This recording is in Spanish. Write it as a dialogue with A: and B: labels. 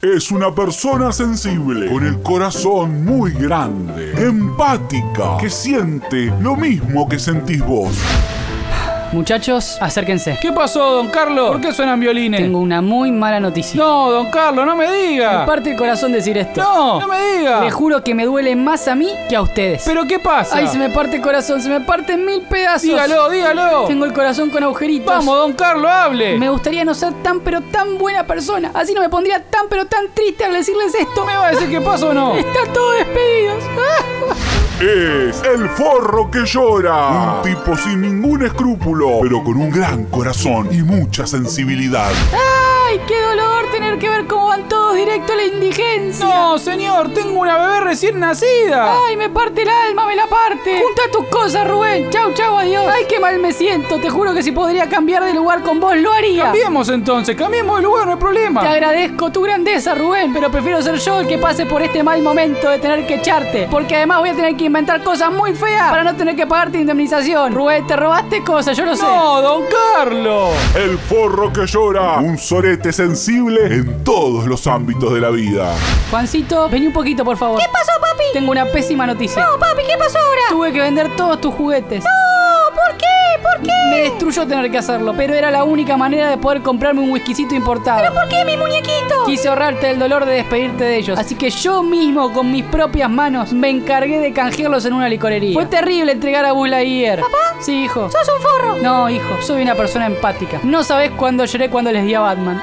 A: Es una persona sensible, con el corazón muy grande, empática, que siente lo mismo que sentís vos.
B: Muchachos, acérquense.
C: ¿Qué pasó, don Carlos? ¿Por qué suenan violines?
B: Tengo una muy mala noticia.
C: No, don Carlos, no me diga.
B: Me parte el corazón decir esto.
C: No, no me diga.
B: Les juro que me duele más a mí que a ustedes.
C: ¿Pero qué pasa?
B: Ay, se me parte el corazón, se me parte en mil pedazos.
C: Dígalo, dígalo.
B: Tengo el corazón con agujeritos.
C: Vamos, don Carlos, hable.
B: Me gustaría no ser tan pero tan buena persona. Así no me pondría tan pero tan triste al decirles esto.
C: ¿Me va a decir qué pasó o no?
B: Están todos despedidos.
A: Es el forro que llora. Un tipo sin ningún escrúpulo, pero con un gran corazón y mucha sensibilidad.
B: ¡Ay, qué dolor tener que ver cómo van todos directo a la indigencia!
C: No, señor, tengo una bebé recién nacida.
B: ¡Ay, me parte el alma, me la parte! ¡Junta tus cosas, Rubén! ¡Chau, chau, adiós! ¡Ay, qué mal me siento! Te juro que si podría cambiar de lugar con vos, lo haría.
C: Cambiemos entonces, cambiemos de lugar, no hay
B: Te
C: problema.
B: agradezco tu grandeza, Rubén, pero prefiero ser yo el que pase por este mal momento de tener que echarte. Porque además voy a tener que inventar cosas muy feas para no tener que pagarte indemnización. Rubén, te robaste cosas, yo lo sé.
C: No, don Carlos.
A: El forro que llora. Un sorete sensible en todos los ámbitos de la vida.
B: Juancito, vení un poquito, por favor.
D: ¿Qué pasó, papi?
B: Tengo una pésima noticia.
D: No, papi, ¿qué pasó ahora?
B: Tuve que vender todos tus juguetes.
D: No, ¿por qué? ¿Por qué?
B: Me destruyó tener que hacerlo, pero era la única manera de poder comprarme un whiskycito importado.
D: ¿Pero por qué mi muñequito?
B: Quise ahorrarte el dolor de despedirte de ellos, así que yo mismo con mis propias manos me encargué de canjearlos en una licorería. Fue terrible entregar a Buzz Lightyear.
D: ¿Papá?
B: Sí, hijo.
D: Sos un forro.
B: No, hijo, soy una persona empática. No sabes cuándo lloré cuando les di a Batman.